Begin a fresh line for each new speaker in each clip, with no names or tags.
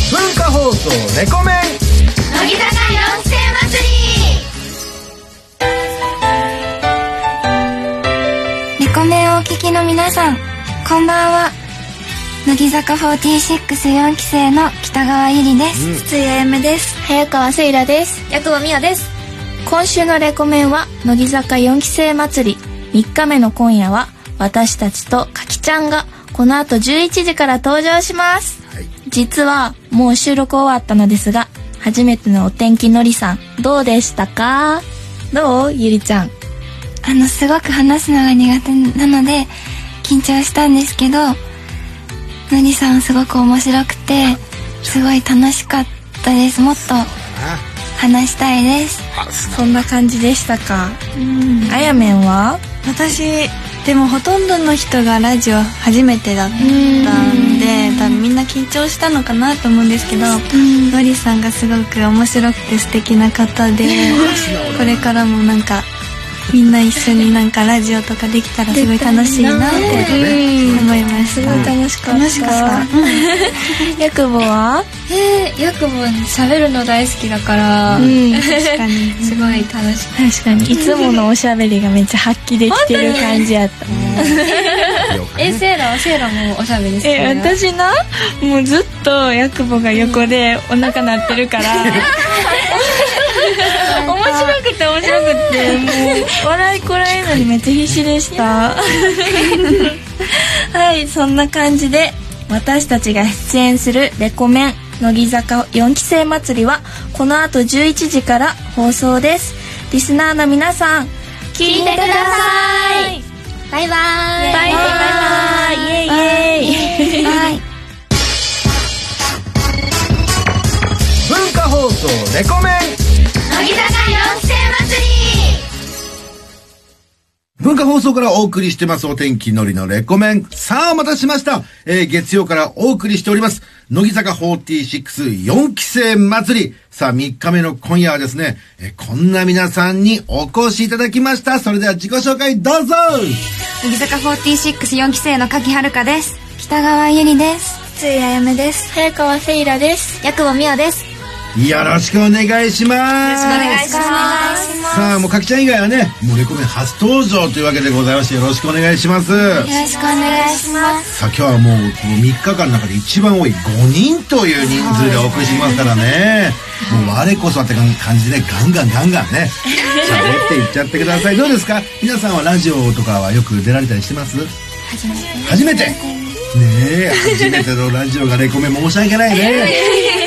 そう猫面
乃木坂四期生祭り
猫面をお聞きの皆さんこんばんは乃木坂464期生の北川ゆりです、筒井あやめです
早川せいらです
八雲美也です
今週のレコメンは乃木坂4期生祭り3日目の今夜は私たちとかきちゃんがこの後11時から登場します
はい
実はもう収録終わったのですが初めてのお天気のりさんどうでしたかどうゆりちゃん
あのすごく話すのが苦手なので緊張したんですけどのりさんすごく面白くてすごい楽しかったですもっと話したいです
あす
そんな感じでしたかあやめんは
私でもほとんどの人がラジオ初めてだったんで多分みんな緊張したのかなと思うんですけどのりさんがすごく面白くて素敵な方でこれからもなんかみんな一緒になんかラジオとかできたらすごい楽しいなって思いました
楽しかった
楽しかった
やくぼは
えー、よくも喋るの大好きだから、
確かに
すごい楽しく
確かにいつものおしゃべりがめっちゃ発揮できてる感じやった
えセーラはセーラもおしゃべり好きだ
え
よ
私なもうずっとヤクボが横でお腹鳴ってるから 面白くて面白くてもう笑いこらえるのにめっちゃ必死でした はいそんな感じで私たちが出演する「レコメン乃木坂4期生祭り」はこの後11時から放送ですリスナーの皆さん聞いてください
バイバーイ
バイバイイエイイエイ
はい
文化放送猫面
乃木坂四期生祭り
文化放送からお送りしてますお天気のりのレコメン。さあ、お待たせしました。えー月曜からお送りしております。乃木坂464期生祭り。さあ、3日目の今夜はですね、えーこんな皆さんにお越しいただきました。それでは自己紹介どうぞ
乃木坂464期生の柿はるかです北川ゆりです筒井あやめです
早川せいらです
八雲美也ですよ
よろしくお願いします。よろしくお願いし
ろしくお願いしま
さあ、もうかきちゃん以外はね、もうレコメン初登場というわけでございまして、よろしくお願いします。
すよろしくお願いします
さあ今日はもうこの3日間の中で一番多い5人という人数でお送りしますからねもう我こそはって感じでガンガンガンガンね喋っていっちゃってくださいどうですか皆さんはラジオとかはよく出られたりしてます初めて初めてねえ初めてのラジオがレコメン申し訳ないね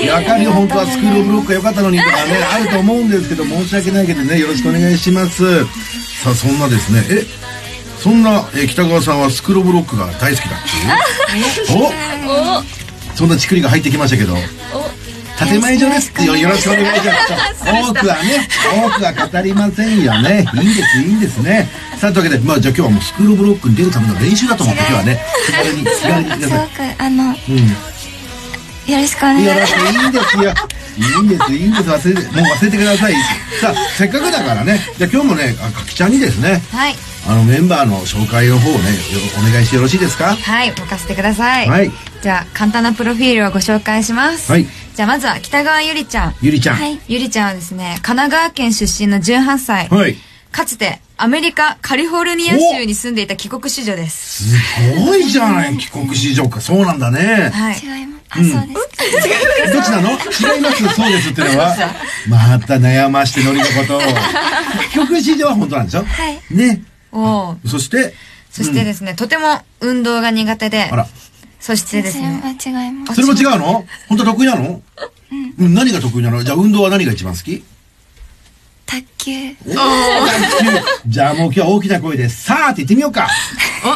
いやわかるよ本当はスクールオブロックが良かったのにと かねあると思うんですけど申し訳ないけどねよろしくお願いしますさあそんなですねえそんな、えー北川さんはスクロブロックが大好きだっていうおそんなちくりが入ってきましたけど建前上ですよよろしくお願いします多くはね多くは語りませんよねいいんですいいんですねさあというわけで、まあ、じゃあ今日はもうスクロブロックに出るための練習だと思って今日はね気軽に気軽に来てく
す
だ
ご
さい
くあの
うんいやだっていいん
よろしくお願いします
ですよいいんですいいんです忘れてもう忘れてくださいさあせっかくだからねじゃあ今日もねあかきちゃんにですね
はい
あのメンバーの紹介の方をねよお願いしてよろしいですか
はい任せてください、
はい
じゃあ簡単なプロフィールをご紹介します、
はい
じゃあまずは北川ゆりちゃん
ゆりちゃん
はい、ゆりちゃんはですね神奈川県出身の18歳、
はい
かつてアメリカカリフォルニア州に住んでいた帰国子女です
すごいじゃない帰国子女かそうなんだね
はい
違います
あ、そうですどっちなの違います そうですっていうのはまた悩ましてノリのこと を帰国子女は本当なんでしょはいね
おー
そして
そしてですね、とても運動が苦手で
あら
そしてですね
それは違いま
そ
す
れも違うの本当得意なのうん、何が得意なのじゃあ運動は何が一番好き
卓球
じゃあもう今日は大きな声で、さあって言ってみようか。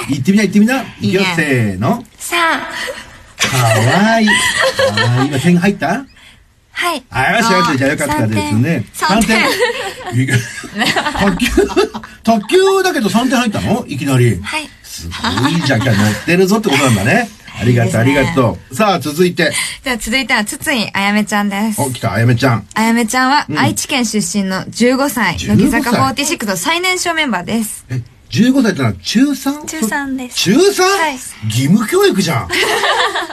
言ってみな、言ってみな。いくよ、せーの。
さあ
かわいい。かわいい。今点入った
はい
あよしよし、じゃあよかったですね。3点。いく卓球、 卓球だけど3点入ったのいきなり。
はい
すごいじゃん。じゃあ乗ってるぞってことなんだね。ありがとう、ありがとう。さあ、続いて。
じゃあ続いては筒井あやめちゃんです
お、来た、あやめちゃん。
あやめちゃんは愛知県出身の15歳、
15歳
乃木坂46の最年少メンバーです
え、15歳ってのは中 3?
中3です
中 3? 義務教育じゃ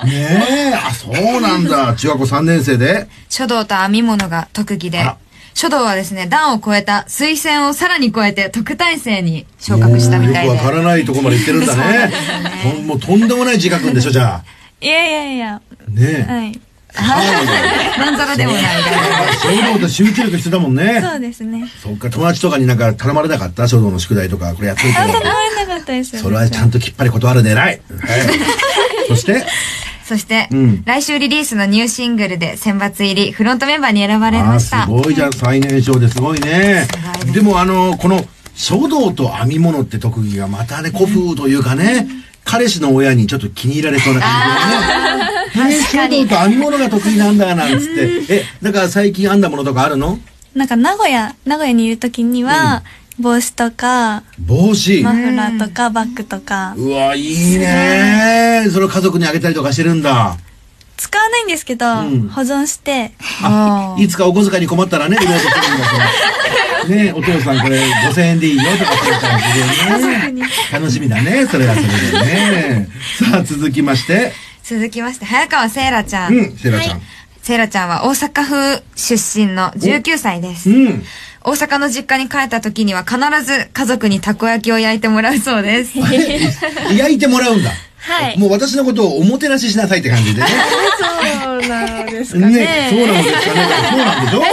ん。ねえ、あ、そうなんだ。中学校3年生で。
書道と編み物が特技で
あら、
書道はですね、段を超えた推薦をさらに超えて特待生に昇格したみたい
よ
で
く。わからないとこまで行ってるんだね。とんもうとんでもない字書くんでしょ、じゃあ。
いやいやいや
ねえ。
はい
なんざらでもないみたい な。
書道って集中力必要だもん
そ
ね。
うで すね
そっか、友達とかになんか頼まれなかった書道の宿題とか、これやってるけど。
あなかったです
それはちゃんときっぱり断るで偉い。はい。そして、
そして、
うん
来週リリースのニューシングルで選抜入り、フロントメンバーに選ばれ
あ
ま
あ
し
す
た。
ごいじゃん、最年少ですごいね。でもあの、この書道と編み物って特技がまたね、古風というかね、彼氏の親にちょっと気に入られそうな感じでね。えー書道と編み物が得意なんだ、なんつって。え、だから最近編んだものとかあるの
なんか名古屋名古屋にいる時には、帽子とか
帽子。
マフラーとかバッグとか
うわ、いいね。それを家族にあげたりとかしてるんだ。
使わないんですけど、
ん
保存して
あいつかお小遣いに困ったらね、いろいろと来るんだけど。ねえお父さんこれ5000円でいいよとかそういう感じ でね。楽しみだね、それはそれでね。さあ、続きまして。
続きまして、早川セイラちゃん。
うん、セラちゃん。
セイラちゃんは大阪府出身の19歳です
う。ん。
大阪の実家に帰った時には必ず家族にたこ焼きを焼いてもらうそうです。
焼いてもらうんだ。
はい
もう私のことをおもてなししなさいって感じでね。
そうなのですかね
ね、そうなんですかね。そうなんでしょ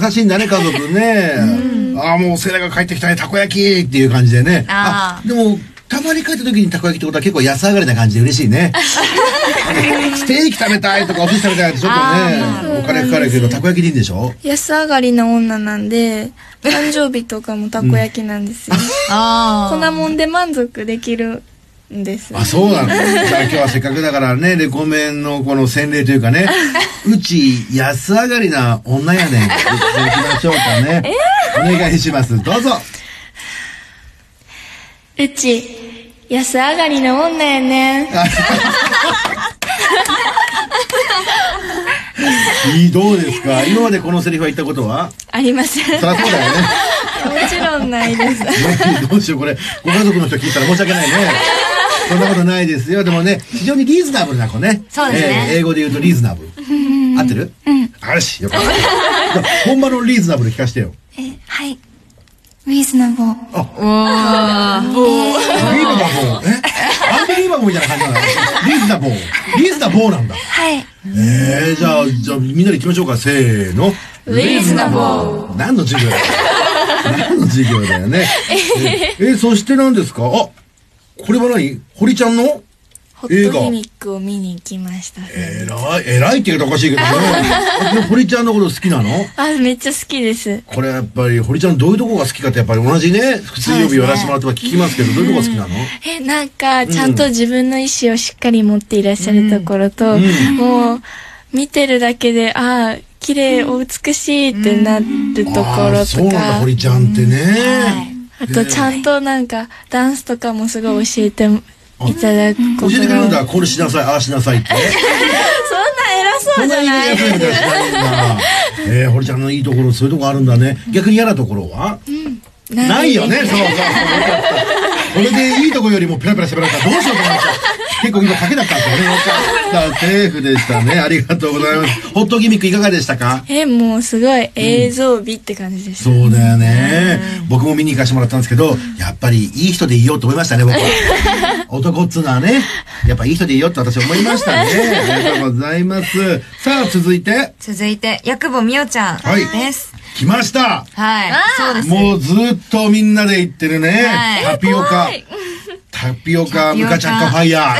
あ優しいんだね、家族ね。ああ、もうセイラが帰ってきたね、たこ焼きっていう感じでね。
あ
でも、たまに帰った時にたこ焼きってことは結構安上がりな感じで嬉しいね。 ステーキ食べたいとかお寿司食べたいってちょっとね、お金かかるけど、たこ焼きでいいんでしょ
安上がりな女なんで、誕生日とかもたこ焼きなんですよ。
あ
粉もんで満足できるんです。
あ、そうなの。じゃあ今日はせっかくだからね、レコメンのこの洗礼というか ね、うち安上がりな女やねん。行きましょうかね。お願いします。どうぞ。
うち、安上がりな女やねん。
いい、どうですか今までこのセリフは言ったことは
ありません。
そりゃそうだよね。
もちろんないです。
ねどうしよう、これ、ご家族の人聞いたら申し訳ないね。そんなことないですよ。でもね、非常にリーズナブルな子ね。
そうですね
えー英語で言うとリーズナブル。合ってるうん。あるし、よかった。じゃあ本場のリーズナブル聞かせてよ。
えはいリーズナボー
リーズナブル。えアンビリーバボーみたいな感じなのリーズナブル。リーズナブルなんだ。
はい
えー、じゃあ、じゃあみんなで行きましょうか。せーの。
リーズナブ
ル。何の授業だよ。何の授業だよ ね。えーえーそして何ですかあ、これは何堀ちゃんの
ホ
映
ッ
画
トギミックを見に行きました。
えらい、えらいって言うとおかしいけどね。あで も堀ちゃんのこと好きなの
あ、めっちゃ好きです。
これやっぱり堀ちゃんどういうとこが好きかってやっぱり同じね、水曜日やらせてもらっては聞きますけど、どういうとこが好きなの
え、なんか、ちゃんと自分の意思をしっかり持っていらっしゃるところと、
うん
もう、見てるだけで、ああ、綺麗、お美しいってなるとこ
あ
ろ
ーそう
と
なんだ、
か、
堀ちゃんってね。
あと、ちゃんとなんか、ダンスとかもすごい教えていただくこ
教
と
えてくれるん
が。
だ、これしなさい、ああしな さいって。
そんな偉そうじゃない。
いいですえー、堀ちゃんのいいところ、そういうとこあるんだね。逆に嫌なところは、ないよね、そうそうそう。よかったこれでいいとこよりもペラペラ喋られたらどうしようと思って。結構今賭けだったんですよね。よかったセーフでしたね。ありがとうございます。ホットギミックいかがでしたか
え、もうすごい映像美って感じでした。
そうだよね。僕も見に行かせてもらったんですけど、やっぱりいい人でいいよと思いましたね、僕は。男っつうのはね、やっぱいい人でいいよって私思いましたね。ありがとうございます。さあ、続いて、
続いて、薬母美代ちゃん
はい
です。
来ました
はい。そうです。
もうずっとみんなで行ってるね。
はい
タピオカ。タピオカ、
タピオ
ム
カ
カチャッカファイヤー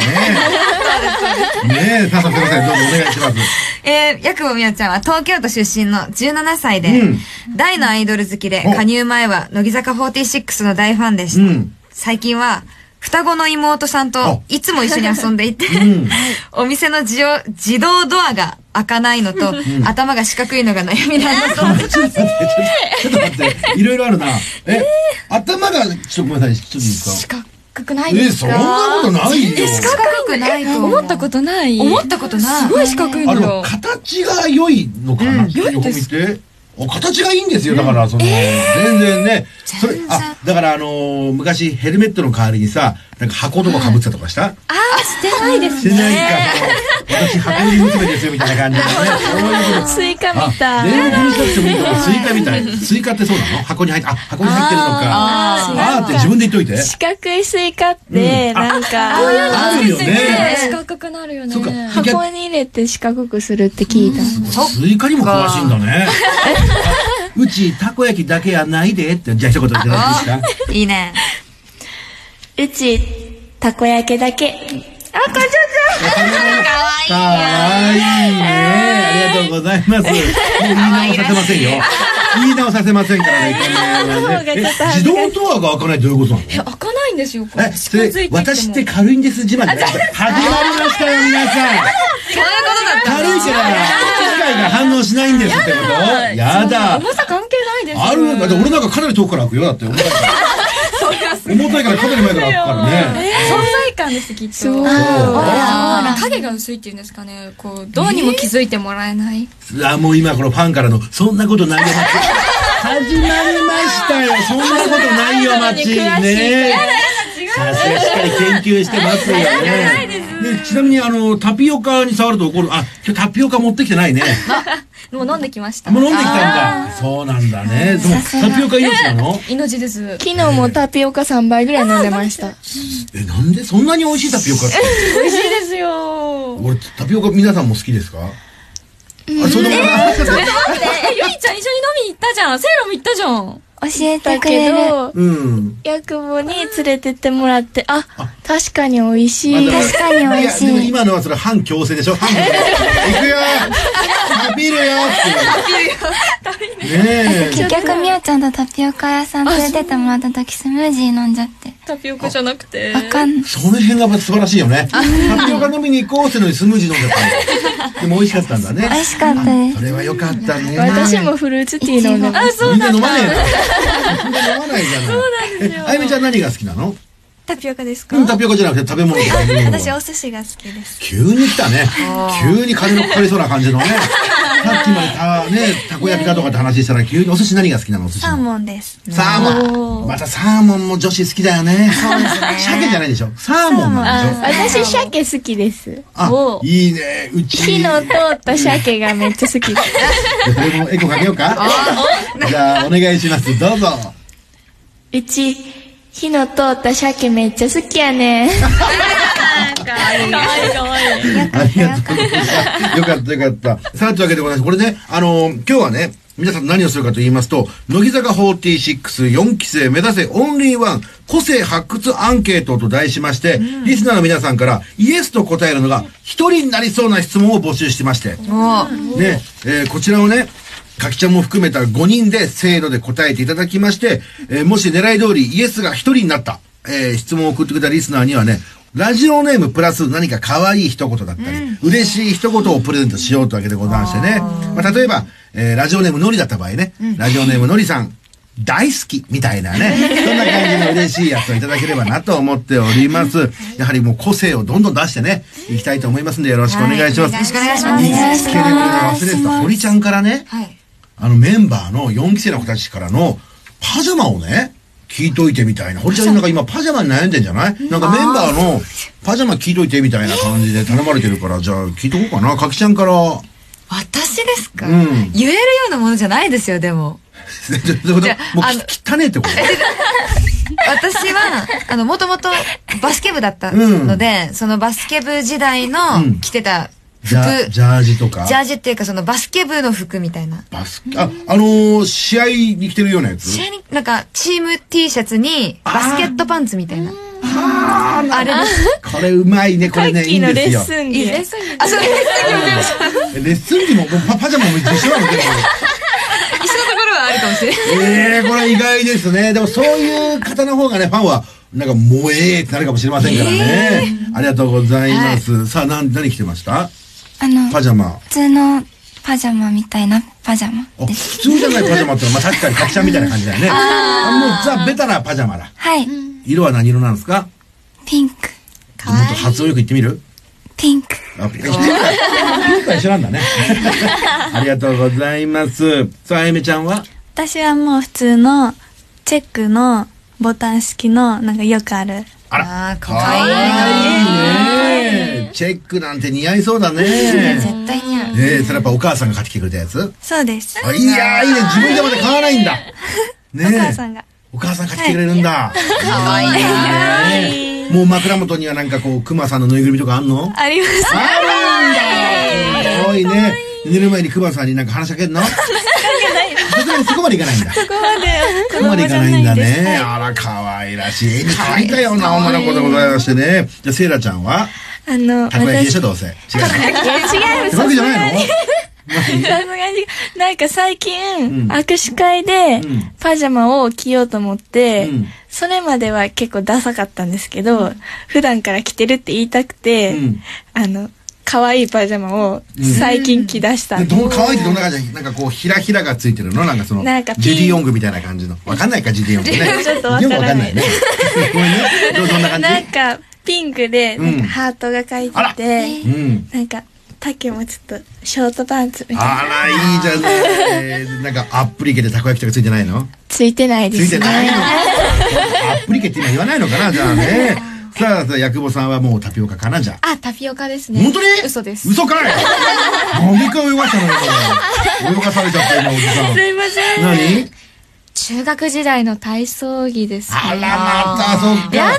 ね。ねえ、さあ、すみません、どうぞお願いします。
えー、薬母美代ちゃんは東京都出身の17歳で、
うん
大のアイドル好きで
お、
加入前は乃木坂46の大ファンでした。
うん
最近は、双子の妹さんと
お
いつも一緒に遊んでいて、
ん
お店の自動自動ドアが開かないのと、頭が四角いのが悩みなんだそうです。
ちょっと待って、ちょっと待って、いろいろあるな。え、頭が、ちょっとごめんなさい、ちょっといいですか
かくな
え、そんなことないよ。
四角くないと
思ったことない
思ったことない。
すごい四角いの
あの、
よ
形が良いのかな、
うん
横見て。お形がいいんですよだからその、全然ねそれ
全然
あだからあのー昔ヘルメットの代わりにさなんか箱とかかぶってたとかした、
あー、してないです
して
ね。
ないか私箱入り娘ですよみたいな感じでねそういうこと
スイカみ
あ
たい
全然気にしなくてもいいからスイカみたいスイカってそうなの箱に入ってあ箱に入ってるのかあーって自分で言っといて
四角いスイカって、
うんあ
なんか
あるよね
四角くなるよね。
そっかいけ
箱に入れて四角くするって聞いた、
スイカにも詳しいんだね。あうち、たこ焼きだけやないでって、じゃあ一言いただけますか
いいね。
うちたこ焼きだけあかちゃち
かわいいね。ありがとうございます。もう言い直させませんよ。言い直させませんから ね、イケメンはね。え自動ドアが開かないってどういうことなの
いや開かないんですよ。これ
え、それ
近づい、てきても
私って軽いんです自慢で。始まりましたよ、皆さん。
そういうことだったんだ
軽いから、機械が反応しないんですってことやだ。
重さ関係ないですよ。
あるだって俺なんかかなり遠くから開くよだって重たいから重たいからかなり前から開くからね
存在感ですきっと。あー影が薄いっていうんですかね。こうどうにも気づいてもらえない。
あもう今このファンからの「そんなことないよ待ち」始まりましたよそんなことないよ待ちねさすがしっかり研究してますよねでちなみにあのタピオカに触ると怒るあ今日タピオカ持ってきてないね
もう飲んできました。
もう飲んできたんだそうなんだねでもタピオカ命なの
命です。
昨日もタピオカ3杯ぐらい飲んでました
えなんでそんなに美味しいタピオ カって
美味しいですよ。
俺タピオカ皆さんも好きですかあれそうでもない
え、ゆいちゃん一緒に飲み行ったじゃん。セイロも行ったじゃん。
教えて
だ
くれ
け
る
ど
うん
薬母に連れてってもらってあ確かに美味しい
確
かに美味しい
でも今のはそれ反強制でしょ反 強制行くよ食べるよっていうねえ
結局みおちゃんとタピオカ屋さん連れてってもらった時スムージー飲んじゃって
タピオカじゃなくて。
わかんない
その辺が素晴らしいよねタピオカ飲みに行こうってのにスムージー飲んじゃったのでも美味しかったんだね
美味しかったで
それは良かったね
私もフルーツティー飲んでます
みんな飲まないよみんな飲まないじゃないそうなんですよあゆみちゃん何が好きなの
タピオカですか
うんタピオカじゃなくて食べ物だよね
私お寿司が好きです
急に来たね。急に金のかかりそうな感じ のね。さっきまでた、ね、たこ焼きだとかって話したら急にお寿司何が好きなのお寿司
サー
の。
モンです
サーモン。またサーモンも女子好きだよね。鮭じゃないでしょ。サーモンなんでしょ。
私鮭好きです
あ、いいね。うち。
火の通った鮭がめっちゃ好 きです
これもエコかけようか。じ ゃあ、お願いします。どうぞ。
うち、火の通った鮭めっちゃ好きやねん。
ありがとうございます。よかったよかった。さあ、というわけでございます。これね、あのー今日はね、皆さん何をするかと言いますと、乃木坂464期生目指せオンリーワン個性発掘アンケートと題しまして、リスナーの皆さんからイエスと答えるのが一人になりそうな質問を募集してまして、
も
ね、えーこちらをね、かきちゃんも含めた5人で、せーので答えていただきまして、えーもし狙い通りイエスが1人になった、えー質問を送ってくれたリスナーにはね、ラジオネームプラス何か可愛い一言だったり、嬉しい一言をプレゼントしようというわけでございましてね。まあ、例えば、えーラジオネームのりだった場合ね、ラジオネームのりさん、大好きみたいなね、そんな感じの嬉しいやつをいただければなと思っております。やはりもう個性をどんどん出してね、いきたいと思いますんでよろしくお願いします。
よろしくお願いします。
いつけれこれ忘れてた堀ちゃんからね、
はい。
あのメンバーの4期生の子たちからのパジャマをね、聞いといてみたいな。堀ちゃんなんか今パジャマに悩んでんじゃないなんかメンバーのパジャマ聞いといてみたいな感じで頼まれてるから、じゃあ聞いとこうかな。かきちゃんから、
私ですか、
うん
言えるようなものじゃないですよ、でも。
ちょちょ ちょもう
じゃあ
き汚ねえってこと
私は、あの、もともとバスケ部だったので、そのバスケ部時代の
うん
着てた
ジ
服、
ャジャージとか。
ジャージっていうかそのバスケ部の服みたいな。
バスあ、あのー、試合に来てるようなやつ
試合に、なんか、チーム T シャツに、バスケットパンツみたいな。あれです。
これうまいね、これね、いいん
の
で
レ
す
ッ
よ。
スン
いい
で。
です。あ、そうです。
レッスン着も、もうパパジャマも一緒なので も
一緒のところはあるかもしれない。
ええこれ意外ですね。でもそういう方の方がね、ファンは、なんか、萌えってなるかもしれませんからね。ありがとうございます。さあ、なん、何着てました
あの
パジャマ。
普通のパジャマみたいなパジャマ
あ、普通じゃないパジャマってのは、まあ確かにかきちゃんみたいな感じだよね。あもうザ・ベタなパジャマだ。
はい、
色は何色なんですか
ピンク
もっと初音よく言ってみる
ピンク
あ、ピンク。僕は一緒なんだね。 ありがとうございます。さあ、あゆめちゃんは
私はもう普通のチェックのボタン式のなんかよくある
あら、
あー、か
か
わいい
わいいね。チェックなんて似合いそうだね。
絶対似合う。
えー、それやっぱお母さんが買ってきてくれたやつ
そうです
あいやー、いいね。自分でまた買わないんだ。ねえ。
お母さんが
お母さん買ってきてくれるんだ。
かわいいな。
ねえもう枕元にはなんかこう、熊さんのぬいぐるみとかあんの
あります
あるんだすごいね。寝る前にクマさんになんか話しか けんのさすがにそこまでいかないんだ。そこまで。いかないんだね。あら、可愛らしい。絵に描いたような女の子でございましてね。じゃあ、セイラちゃんは
あの
たこ焼きでし
私
ょ、どうせ。違う。っ
いや違う
てわけじゃないの
さすがに、なんか最近、
うん
握手会で
うん、
パジャマを着ようと思って、
うん
それまでは結構ダサかったんですけど、普段から着てるって言いたくて、
うん
あの、可愛いパジャマを最近着出したん
で
です。
どう可愛いってどんな感じなんかこう、ひらひらがついてるのなんかその
なんか、ピン
ジュディ・オングみたいな感じの。わかんないか、ジュディ・オングね。
ちょっとわか
ジ
らな
ュ ディオングわか
い
んないね。ごめんね。どうどんな感じ
なんか、ピンクで、
うん
なんかハートが書い
あら
てて、
うん。
なんか、丈もちょっと、ショートパンツみたいな。
あら、いいじゃない。なんか、アップリケでたこ焼きとかついてないの
ついてないで
つい
す
てないの
ね。
アップリケって今言わないのかなじゃあね。さあ、さあ、薬母さんはもうタピオカかなじゃあ。
あ、タピオカですね。
本当に
嘘です。
嘘かい何回泳がしたのよ、これ泳がされちゃった今、おじさん。すいません。何
中学時代の体操着ですね。
あら、また、そっか。やだ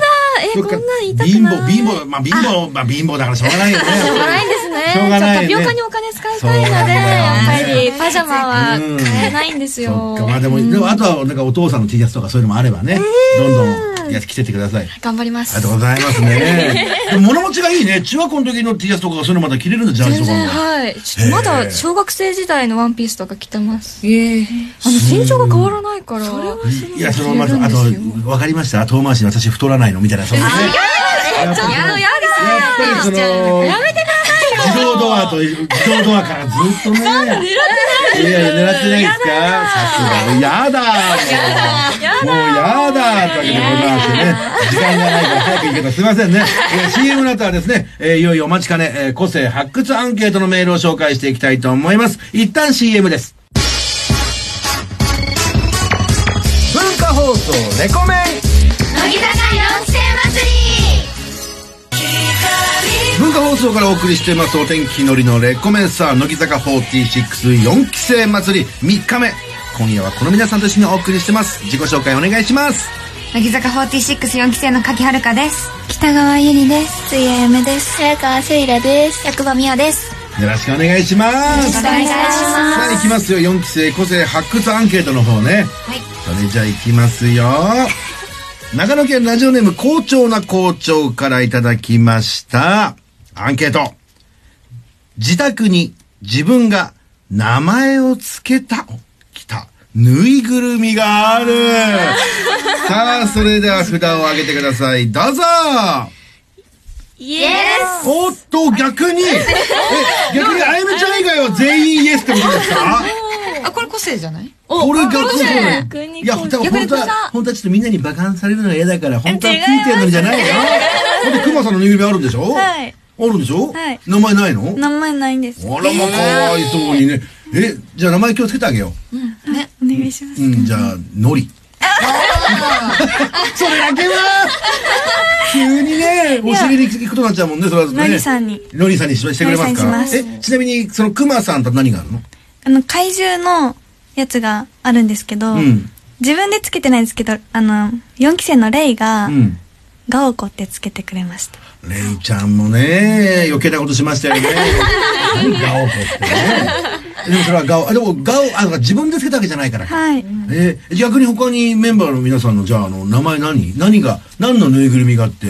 えこんなん痛く
貧
な
乏、
い
貧乏、まあ貧乏、まあ貧乏だからしょうがないよね。
しょうがないですね。
しょうがないよね
ちょっとタピオカにお金使いたいので、
そうなんだよね
やっぱりパジャマは買えないんですよ。
そっか、まあでも、でもあとはなんかお父さんの T シャツとかそういうのもあればね、どんどん、いや、着てってください。
頑張りま
ありが
す
とう。ございま すね。でも物持ちがいいね。中学校の時の T シャツとかそういうのまだ着れるんだ、ジャージ
全
とか
然、
も。
はい。ちょっとまだ小学生時代のワンピースとか着てます。
ええ。
あの、身長が変わらないから。
いや、そのまず、あと、わかりました遠回しに私太らないのみたいな、そういうね。やっぱり
やだや
やっぱりその、やめてください自動ドアと、自動ドアからずっとね。狙ってないいやいや、狙ってないですかさすがに。やだもうやだというわけでございましてね。時間がないから早く行けとすいませんね。えー CM の後はですね、えーいよいよお待ちかね、えー個性発掘アンケートのメールを紹介していきたいと思います。一旦 CM です。文化放送レコメン
乃木坂四期生祭り
文化放送からお送りしていますお天気のりのレコメンサー乃木坂464期生祭り3日目今夜はこの皆さんと一緒にお送りしてます自己紹介お願いします
乃木坂464期生の柿遥香です。
北川ゆりです水泳夢です早川せいらです
役場美和です。
よろしくお願いします
お願いしま
さあ行きますよ4期生個性発掘アンケートの方ね
はい。
それじゃあ行きます よ長野県ラジオネーム校長な校長からいただきましたアンケート自宅に自分が名前を付けた、お来た、ぬいぐるみがあ る。さあ、それでは札を上げてください。どうぞ
イエ
おっと、逆 に、え、逆にあゆみちゃん以外は全員イエスってことですか
あ、これ個性じゃない
これ逆に
逆に
いや、本当は、
逆に
本当
こうだ
は、本当はちょっとみんなに馬鹿にされるのが嫌だから、本当はつ
違
い
い
てるのにじゃないよ。だって熊さんのぬいぐるみあるんでしょ
はい
あるんでしょ
はい
名前ないの
名前ないんです
あらまかわいそうにね。え、じゃあ名前気をつけてあげよう。
お願いします
うん、じゃあ、のり。それだけは急にね、お尻に行くことになっちゃうもんね、それはね。
のりさんに。
のりさんにしてくれますか
のりさんにし
え、ちなみに、そのクマさんと何があるの
あの怪獣のやつがあるんですけど、
うん。
自分でつけてないんですけどあの4期生のレイが、
うん。
ガオコってつけてくれました
レイちゃんもね、余計なことしましたよね。ガオコってね。でもそれはガオ、あ、でもガオ、あ、自分でつけたわけじゃないからか。
はい
えー逆に他にメンバーの皆さんの、じゃあ、あの、名前何何が、何のぬいぐるみがあって、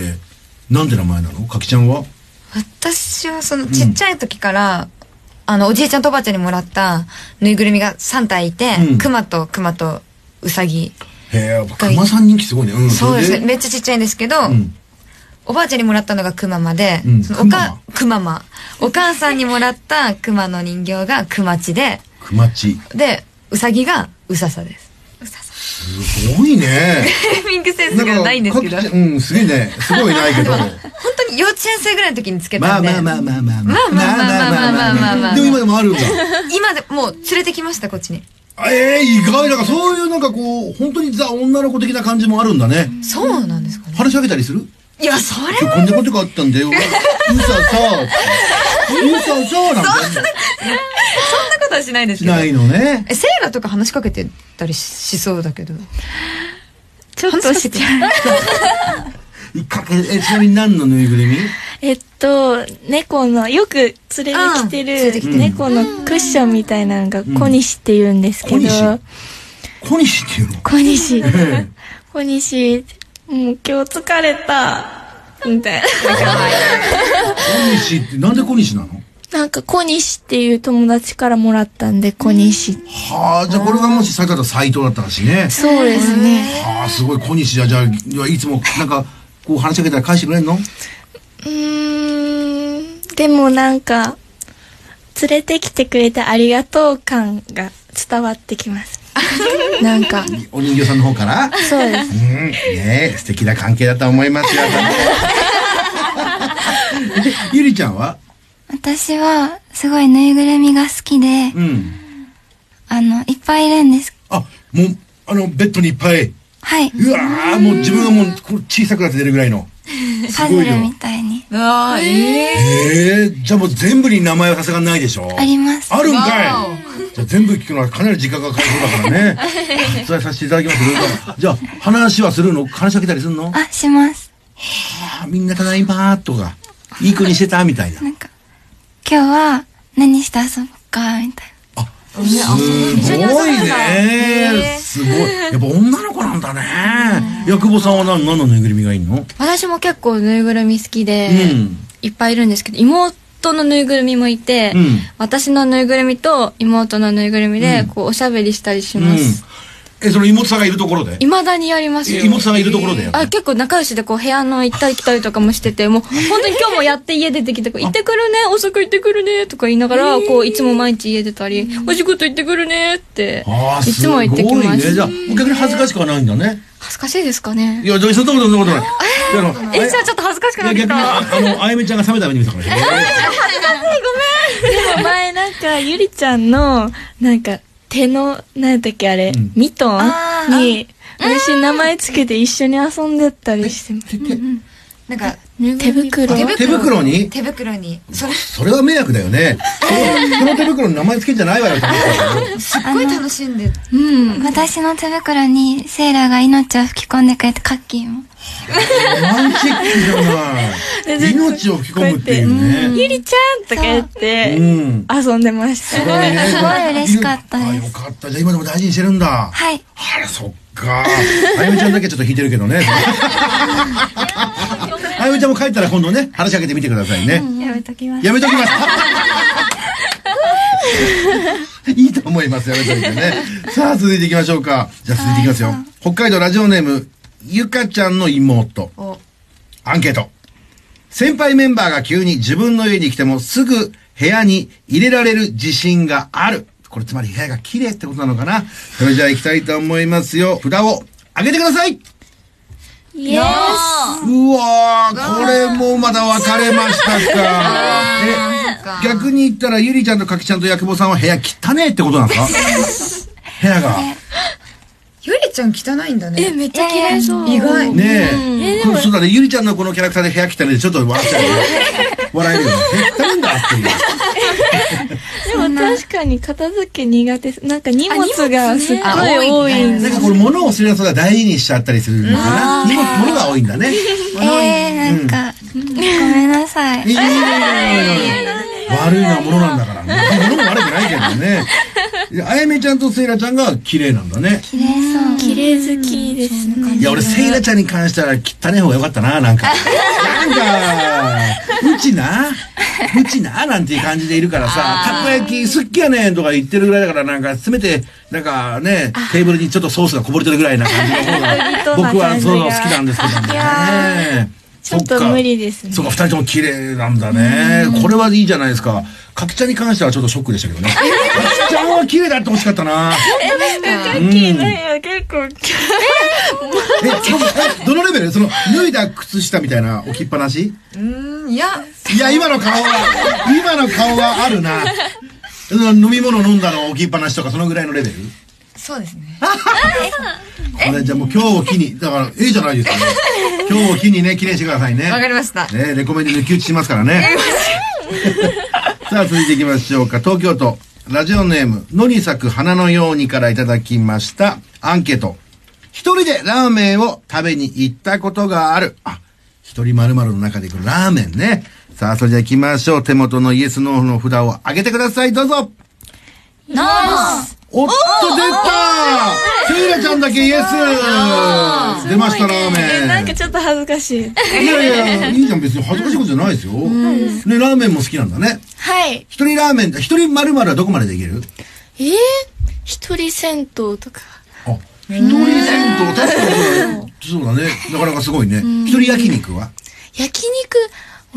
なんて名前なのかきちゃんは
私はそのちっちゃい時から、あの、おじいちゃんとおばあちゃんにもらったぬいぐるみが3体いて、
うん
熊と熊とウサギ。
へえ、熊さん人気すごいね。うん、
そうです
れ
ね。めっちゃちっちゃいんですけど、
うん。
おばあちゃんにもらったのがクママで、
うん
そのおか、クママ。お母さんにもらったクマの人形がクマチで、
熊地。
で、ウサギがウササです。
すすごいね。
ミングセンスが ないんですけど。
なん
本
かうん、すげえね。すごいないけ ど。
当に幼稚園生ぐらいの時につけ
ま
た
あ
んで。
まあまあまあまあまあ
まあまあまあまあまあまあまあまあ
でも今でもあるんだ。
今でもう連れてきました、こっちに。
ええ意外だからそういうなんかこう本当にザ女の子的な感じもあるんだね。
そうなんですかね。
話しかけたりする？
いや、それ
今日こんなことがあったんだよ。うささ。うささなんて
そんなことはしないです
し
けど。
ないのね。
え、セイラとか話しかけてたりししそうだけど。
ちょっとしちゃう。
かけえちなみに何のぬいぐるみ？
えっと、猫の、よく連れてきて
うん連れて
る
き
てる
猫のクッションみたいなのが小西って言うんです
小
けど、
西小西っていうの。
小西、
え
小西、もう今日疲れた、みた
え
い
小西ってなんで小西なの？
な。なんか小西っていう友達からもらったんで、小西。
はあじゃあこれがもしさっきだと斎藤だったらしいね。
そうですね。
はあすごい小西じゃじゃあいやいつもなんかこう話しかけたら返してくれんの？
うーん、でもなんか、連れてきてくれてありがとう感が伝わってきます。なんか、
お人形さんの方から。
そうです。
うん、ねえ、素敵な関係だと思いますよ。でゆりちゃんは
私は、すごいぬいぐるみが好きで、
うん。
あの、いっぱいいるんです。
あ、もう、あの、ベッドにいっぱい。
はい。
うわーもう自分がもう、これ小さくなって出るぐらいの。
パズルみたいに。
うわえ
ええじゃあもう全部に名前はさすがにないでしょ
あります。
あるんかい
わ
じゃあ全部聞くのはかなり時間がかかりそうだからね。それさせていただきますけど、じゃあ話はするの話しかけたりするの
あ、します。
あ、みんなただいまーとか、いい子にしてたみたいな。
なんか、今日は何して遊ぼっか、みたい
すごいね。すごい。やっぱ女の子なんだね。ヤクボさんは何何のぬいぐるみがいいの
私も結構ぬいぐるみ好きで、
うん
いっぱいいるんですけど妹のぬいぐるみもいて、
うん
私のぬいぐるみと妹のぬいぐるみで、
うん
こうおしゃべりしたりし
う
ま
ん
す。
え、その妹さんがいるところで
いまだにやりますよ。
え妹さんがいるところでやる
あ、結構仲良しでこう部屋の行ったり来たりとかもしてて、もう本当に今日もやって家出てきて、こう行ってくるね、遅く行ってくるね、とか言いながら、こういつも毎日家出たり、お仕事行ってくるねって
ああ、、
い
す
つ
ご
も
い
行ってきま
ね。
す。
じゃあ、逆に恥ずかしくはないんだね。
恥ずかしいですかね
い。や、じゃあ、そんなことない、そんなことないいや。あの
え、じゃあちょっと恥ずかしくなっ
い
て
や
き
逆に、
た。
ああの、あやめちゃんが冷めた目に見てたからね。
でも前なんか、ゆりちゃんの、なんか、手の、なんだっけあれ、
ん
ミトンに、私名前つけて一緒に遊んでったりしてます。
なんか、
手袋。
あ手袋に
手袋に。それ、す
それは迷惑だよね。そのその手袋に名前つけんじゃないわよって思ったけど。
っごい楽しんで。
な。私の手袋にセーラーが命を吹き込んでくれたカッキーも。
ロマンチックじゃない。命を吹き込むっていうね。
ゆりちゃんとか言って、
うん。
遊んでまし
す
た。
ごいね
すごい嬉しかったです
あよかった。じゃあ今でも大事にしてるんだ。
はい。
あら、そっか。あゆみちゃんだけちょっと引いてるけど ね。あゆみちゃんも帰ったら今度ね、話しかけてみてくださいね。
やめときます。
やめときます。いいと思います。やめといてね。さあ、続いていきましょうか。じゃあ続いていきますよ。北海道ラジオネーム、ゆかちゃんの妹。
お
アンケート。先輩メンバーが急に自分の家に来てもすぐ部屋に入れられる自信がある。これつまり部屋が綺麗ってことなのかなそれじゃあ行きたいと思いますよ。札を上げてください
イ
う
エス
わー、これもまだ分かれました か。え、逆に言ったらゆりちゃんとかきちゃんとやくぼさんは部屋汚ねえってことなんです か部屋が。
ゆりちゃん汚いんだね。
めっちゃ綺麗そう。
意外。
ねえ。このそうだね、ゆりちゃんのこのキャラクターで部屋汚ねえでちょっと笑っちゃうよね。笑えるよね。え汚ねえんだっていう。
でも確かに片付け苦手です。なんか荷物がすっごい多いん
なん
で。
かこれ物をするやつが大事にしちゃったりするのかな。荷物物が多いんだね。
えー、なんか、ごめんなさい。
いいね悪いのは物なんだから。物も悪くないけど ね。いやあやめちゃんとせいらちゃんが綺麗なんだね。
綺麗そう。
綺麗好きですね。
いや、俺、セイラちゃんに関しては汚い方が良かったな、なん か。なんか、うちな、うちな、なんていう感じでいるからさ、たこ焼き好きやねんとか言ってるぐらいだから、なんか、せめて、なんかね、テーブル にちょっとソースがこぼれてるぐらいな感じの方が、
人々な
僕は
感じ
そ
が
ういうの好きなんですけどね。
ちょっと無理ですね
そっか、二人とも綺麗なんだね。これはいいじゃないですか。かきちゃんに関してはちょっとショックでした けどね。かきちゃんは綺麗だって欲しかったな。うん
や結構
え、そえどのレベルその、脱いだ靴下みたいな置きっぱなし
うんいや
いや、今の顔は、今の顔はあるな。うん飲み物飲んだの置きっぱなしとか、そのぐらいのレベル
そうですね
あれ、じゃあもう今日を機に、だから、ええじゃないですかね。今日を機にね、綺麗にしてくださいね。
わかりました
ね、レコメンで抜き打ちしますからね。さあ、続いていきましょうか。東京都、ラジオネーム、野に咲く花のようにからいただきました。アンケート。一人でラーメンを食べに行ったことがある。あ、一人〇〇の中で行くラーメンね。さあ、それじゃあ行きましょう。手元のイエスノーの札を上げてください。どうぞ。おっと、出たセイラちゃんだけイエス出ました、ラーメン。
なんかちょっと恥ずかしい
いやいや、いいじゃん、別に恥ずかしいことじゃないですよ。ね、ラーメンも好きなんだね。
はい
一人ラーメン、一人〇〇はどこまでできる
えー、一人銭湯とか
あ、一人銭湯、確かにそうだね。なかなかすごいね。一人焼肉は
焼肉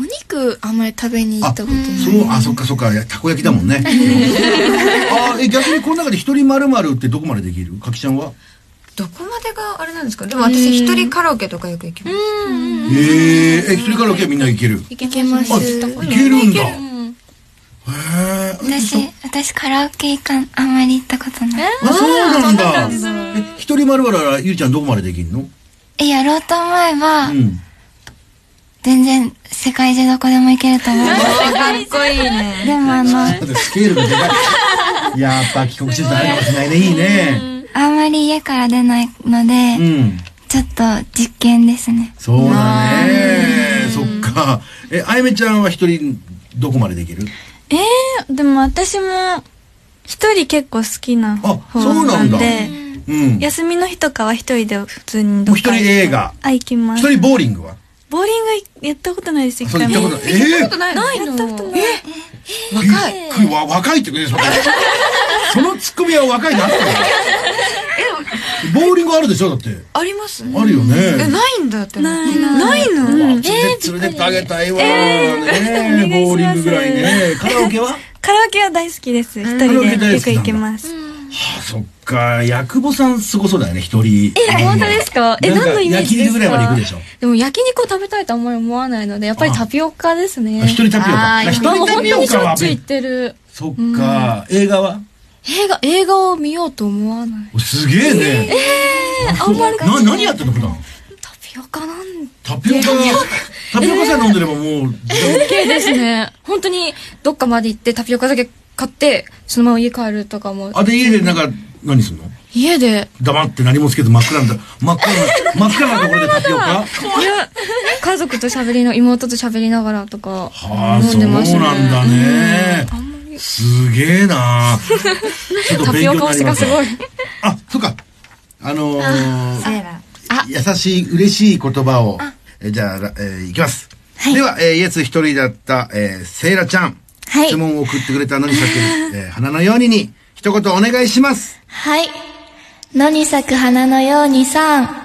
お肉あんまり食べに行
あ、
ったことない
そう、あ、そっかそっか、いやたこ焼きだもん ね。あ、え、逆にこの中で一人〇〇ってどこまでできるかきちゃんは
どこまでがあれなんですかでも私一人カラオケとかよく行きま
え
す
ー、え、一人カラオケはみんないける。
行けます
あ、いけるんだ。へーえ。
私、私カラオケ行かん、あんまり行ったことない。
あ、そうなんだ。え一人〇〇はゆうちゃんどこまでできるの
え、やろうと思えば
う、ん。
全然世界中どこでも行けると思う。
かっこいいね
でもあの、
だってスケールがでかい。やっぱ帰国手術あるかもしれないね。いいね。
あんまり家から出ないの
う
で、
ん。
ちょっと実験ですね。
そうだね。そっか。え、あやめちゃんは一人、どこまでできる
えー、でも私も一人結構好きな
あそう
方
な
なんん
だ
で
うん。一
休みの日とかは一人で普通にどっか
もう一人
行く
映画
あ行きます
人ボーリングは
ボーリングやったことないです一
そう、
回
行ったこ
も
とない。ええ
ないないの
若い。びっくりわ若いってくれそれそのツッコミは若いなって。ボーリングあるでしょだって。
あります
あるよね。
えないんだってな
ないないの、
うわ連れて連れてってあげたいわ。ねえボーリングぐらいね。カラオ ケは
カラオケは大好きです一人
カラオケ
で
大好
よ
き
く
なんだ
行きます
あそっか、ヤクボさんすごそうだよね、一人。
え、本当ですかえ、
なん
何のイメー
焼
ジ
き
です
肉
か
ぐらいまで行くでしょ。
でも焼肉を食べたいとあんまり思わないので、やっぱりタピオカですね。
あ一人タピオカ。
あー
一
まあも
人
う
タ
本
ピ
当
オ
にし
カ
ょ
は
っちゅう行ってる。
そっか、映画は
映画、映画を見ようと思わない。
おすげえね。あんまり。な、何やってんの普段。
タピオカなんだ。
タピオカ、タピオカさえ飲んでればもう、
系ですね。 本当に、どっかまで行ってタピオカだけ買って、そのまま家帰るとかも。
あ、で家でなんか、何すんの
家で、
黙って何もつけず真っ暗なんだ。真っ暗な、真っ暗なところでタピオカ
いや、家族と喋りの、妹と喋りながらとか
はあ、
飲
そ
ん
う
で
な
ましたね。
んだね。すげえなちょっと
タ
勉
ピ
強
オ
に
カ推
なり
し
ま
が
す
す
ね
ごい。
あ、そっか。あのー、
セーラ
優しい、嬉しい言葉を。えじゃあ、らえーいきます。では、えーイエス一人だった、えーセイラちゃん。
はい
質問を送ってくれたのにさく、えー花のようにに、一言お願いします。
はい。野に咲く花のようにさん。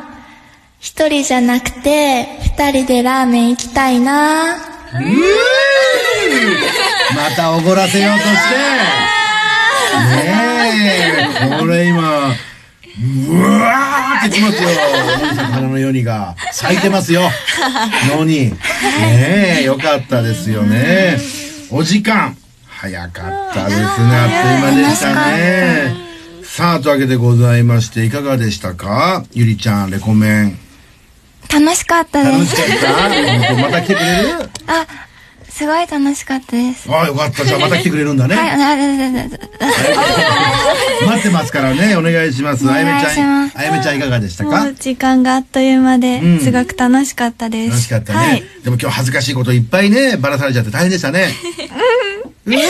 一人じゃなくて、二人でラーメン行きたいな。
またおごらせようとして。ねえ、これ今、うわーってきますよ。花のようにが咲いてますよ。のに。ねえ、よかったですよね。お時間。早かったですね。あっという間でしたね。さあ、というわけでございまして、いかがでしたかゆりちゃん、レコメン。
楽しかった
楽
で
し
す。
か ったまた来てくれる
あ、すごい楽しかったです。
ああ、よかった。じゃあまた来てくれるんだね。
はい、あ、あ、あ、あ、あ、
待ってますからね、お願いします。
お
あ
願い
やめちゃん
しま、す
あやめちゃんいかがでしたか
もう時間があっという間で、
うん
すごく楽しかったです
楽しかったね、
はい
でも今日恥ずかしいこといっぱいね、ばらされちゃって大変でしたね。うんうんごめ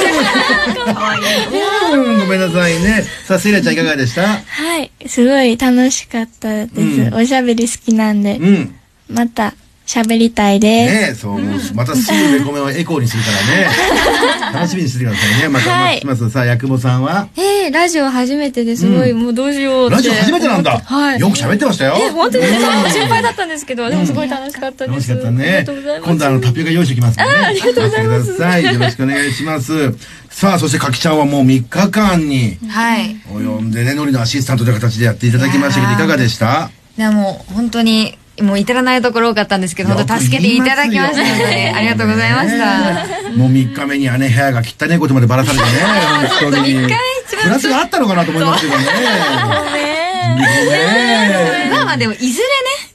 んなさいね。さあ、セイラちゃんいかがでした
はい。すごい楽しかったです。
うん
おしゃべり好きなんで、
うん。
また喋りたいです。
ねえ、そう、またすぐ レコメンをエコーにするからね。楽しみにしててくださいね。またお待ちしてます。さあ、八久保さんは
えー、で、ラジオ初めてですごい、もうどうしようって。
ラジオ初めてなんだ。
はい。
よく喋ってましたよ。
え、本当ですか心配だったんですけど、でもすごい楽しかったで
楽し
す。
かった
あり
ね
がとうござい。ます。
今度あの、タピオカ用意しておきますね。ありがとうございます。ください。よろしくお願いします。さあ、そしてかきちゃんはもう3日間に
はい。
及んでね、のりのアシスタントという形でやっていただきましたけど、い
いやー
かがでした
でもう本当に、もう至らないところ多かったんですけど、本当助けていただきましたので、ありがとうございました。
た。もう3日目にはね、部屋が汚いことまでばらさ れてね、本当に。プラスがあったのかなと思いますけどね。ね
まあまあでも、いずれ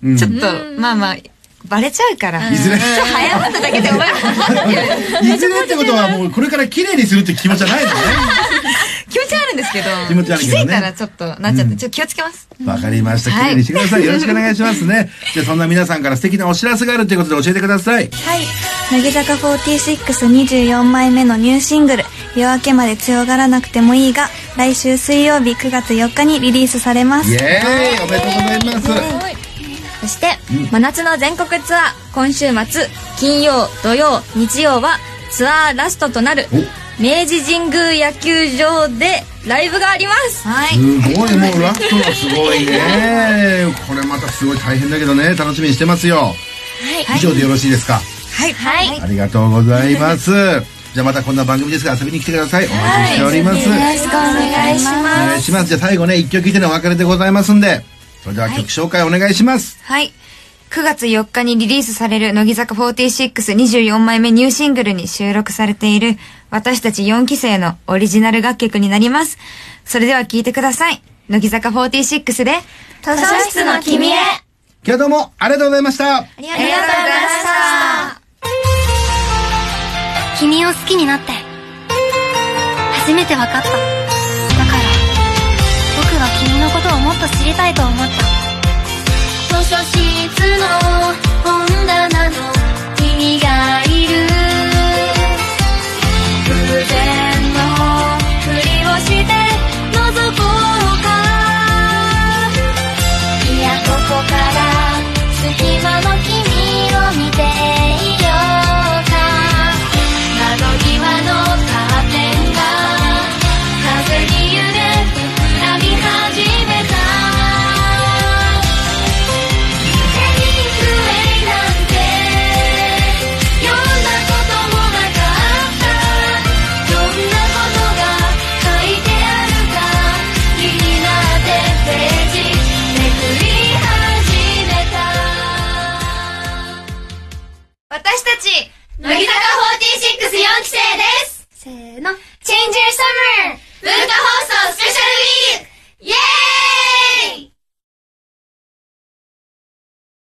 うん
ね、ちょっと、まあまあ、バレちゃうから。
いずれ
ちょっと早まっただけで終わる。
いずれってことはもうこれから綺麗にするって気持ちじゃないのね。
気持ちはあるんですけど、
気持ちはあるけどね
気づいたらちょっとなっちゃって、ちょっと気をつけます。
わかりました。
はい
綺麗にしてください。よろしくお願いしますね。じゃあそんな皆さんから素敵なお知らせがあるということで教えてくだ さい。
はい乃木坂4624枚目のニューシングル「夜明けまで強がらなくてもいい」が来週水曜日9月4日にリリースされま
イ
す
エーイおめでとうございます。
そして、真夏の全国ツアー、今週末、金曜、土曜、日曜は、ツアーラストとなる、明治神宮野球場でライブがあります。
はい。
すごいもうラストがすごいね。これまたすごい大変だけどね、楽しみにしてますよ。以上でよろしいですか。
はい。はい。
ありがとうござい ます。じゃあまたこんな番組ですが遊びに来てください。お待ちしております。
ろしくお願いし
お
ま
願いします。じゃあ最後ね、一曲聴いてのお別れでございますんで、それでは曲紹介お願いします。
はい。9月4日にリリースされる乃木坂4624枚目ニューシングルに収録されている私たち4期生のオリジナル楽曲になります。それでは聴いてください。乃木坂46で
す図書室の君へ
今日はどうもありがとうございました。
ありがとうございました。
君を好きになって初めて分かっただから僕は君のことをもっと知りたいと思った図書室の本棚の君がいる偶然のふりをして覗こうかいやここから隙間の君を見ていようか窓際のカーテンが風に揺れて膨らみ始めたヘミングウェイなんて読んだこともなかったどんなことが書いてあるか気になってページめくり始めた
私たち、乃木坂464期生ですせーの、Change Your Summer! 文化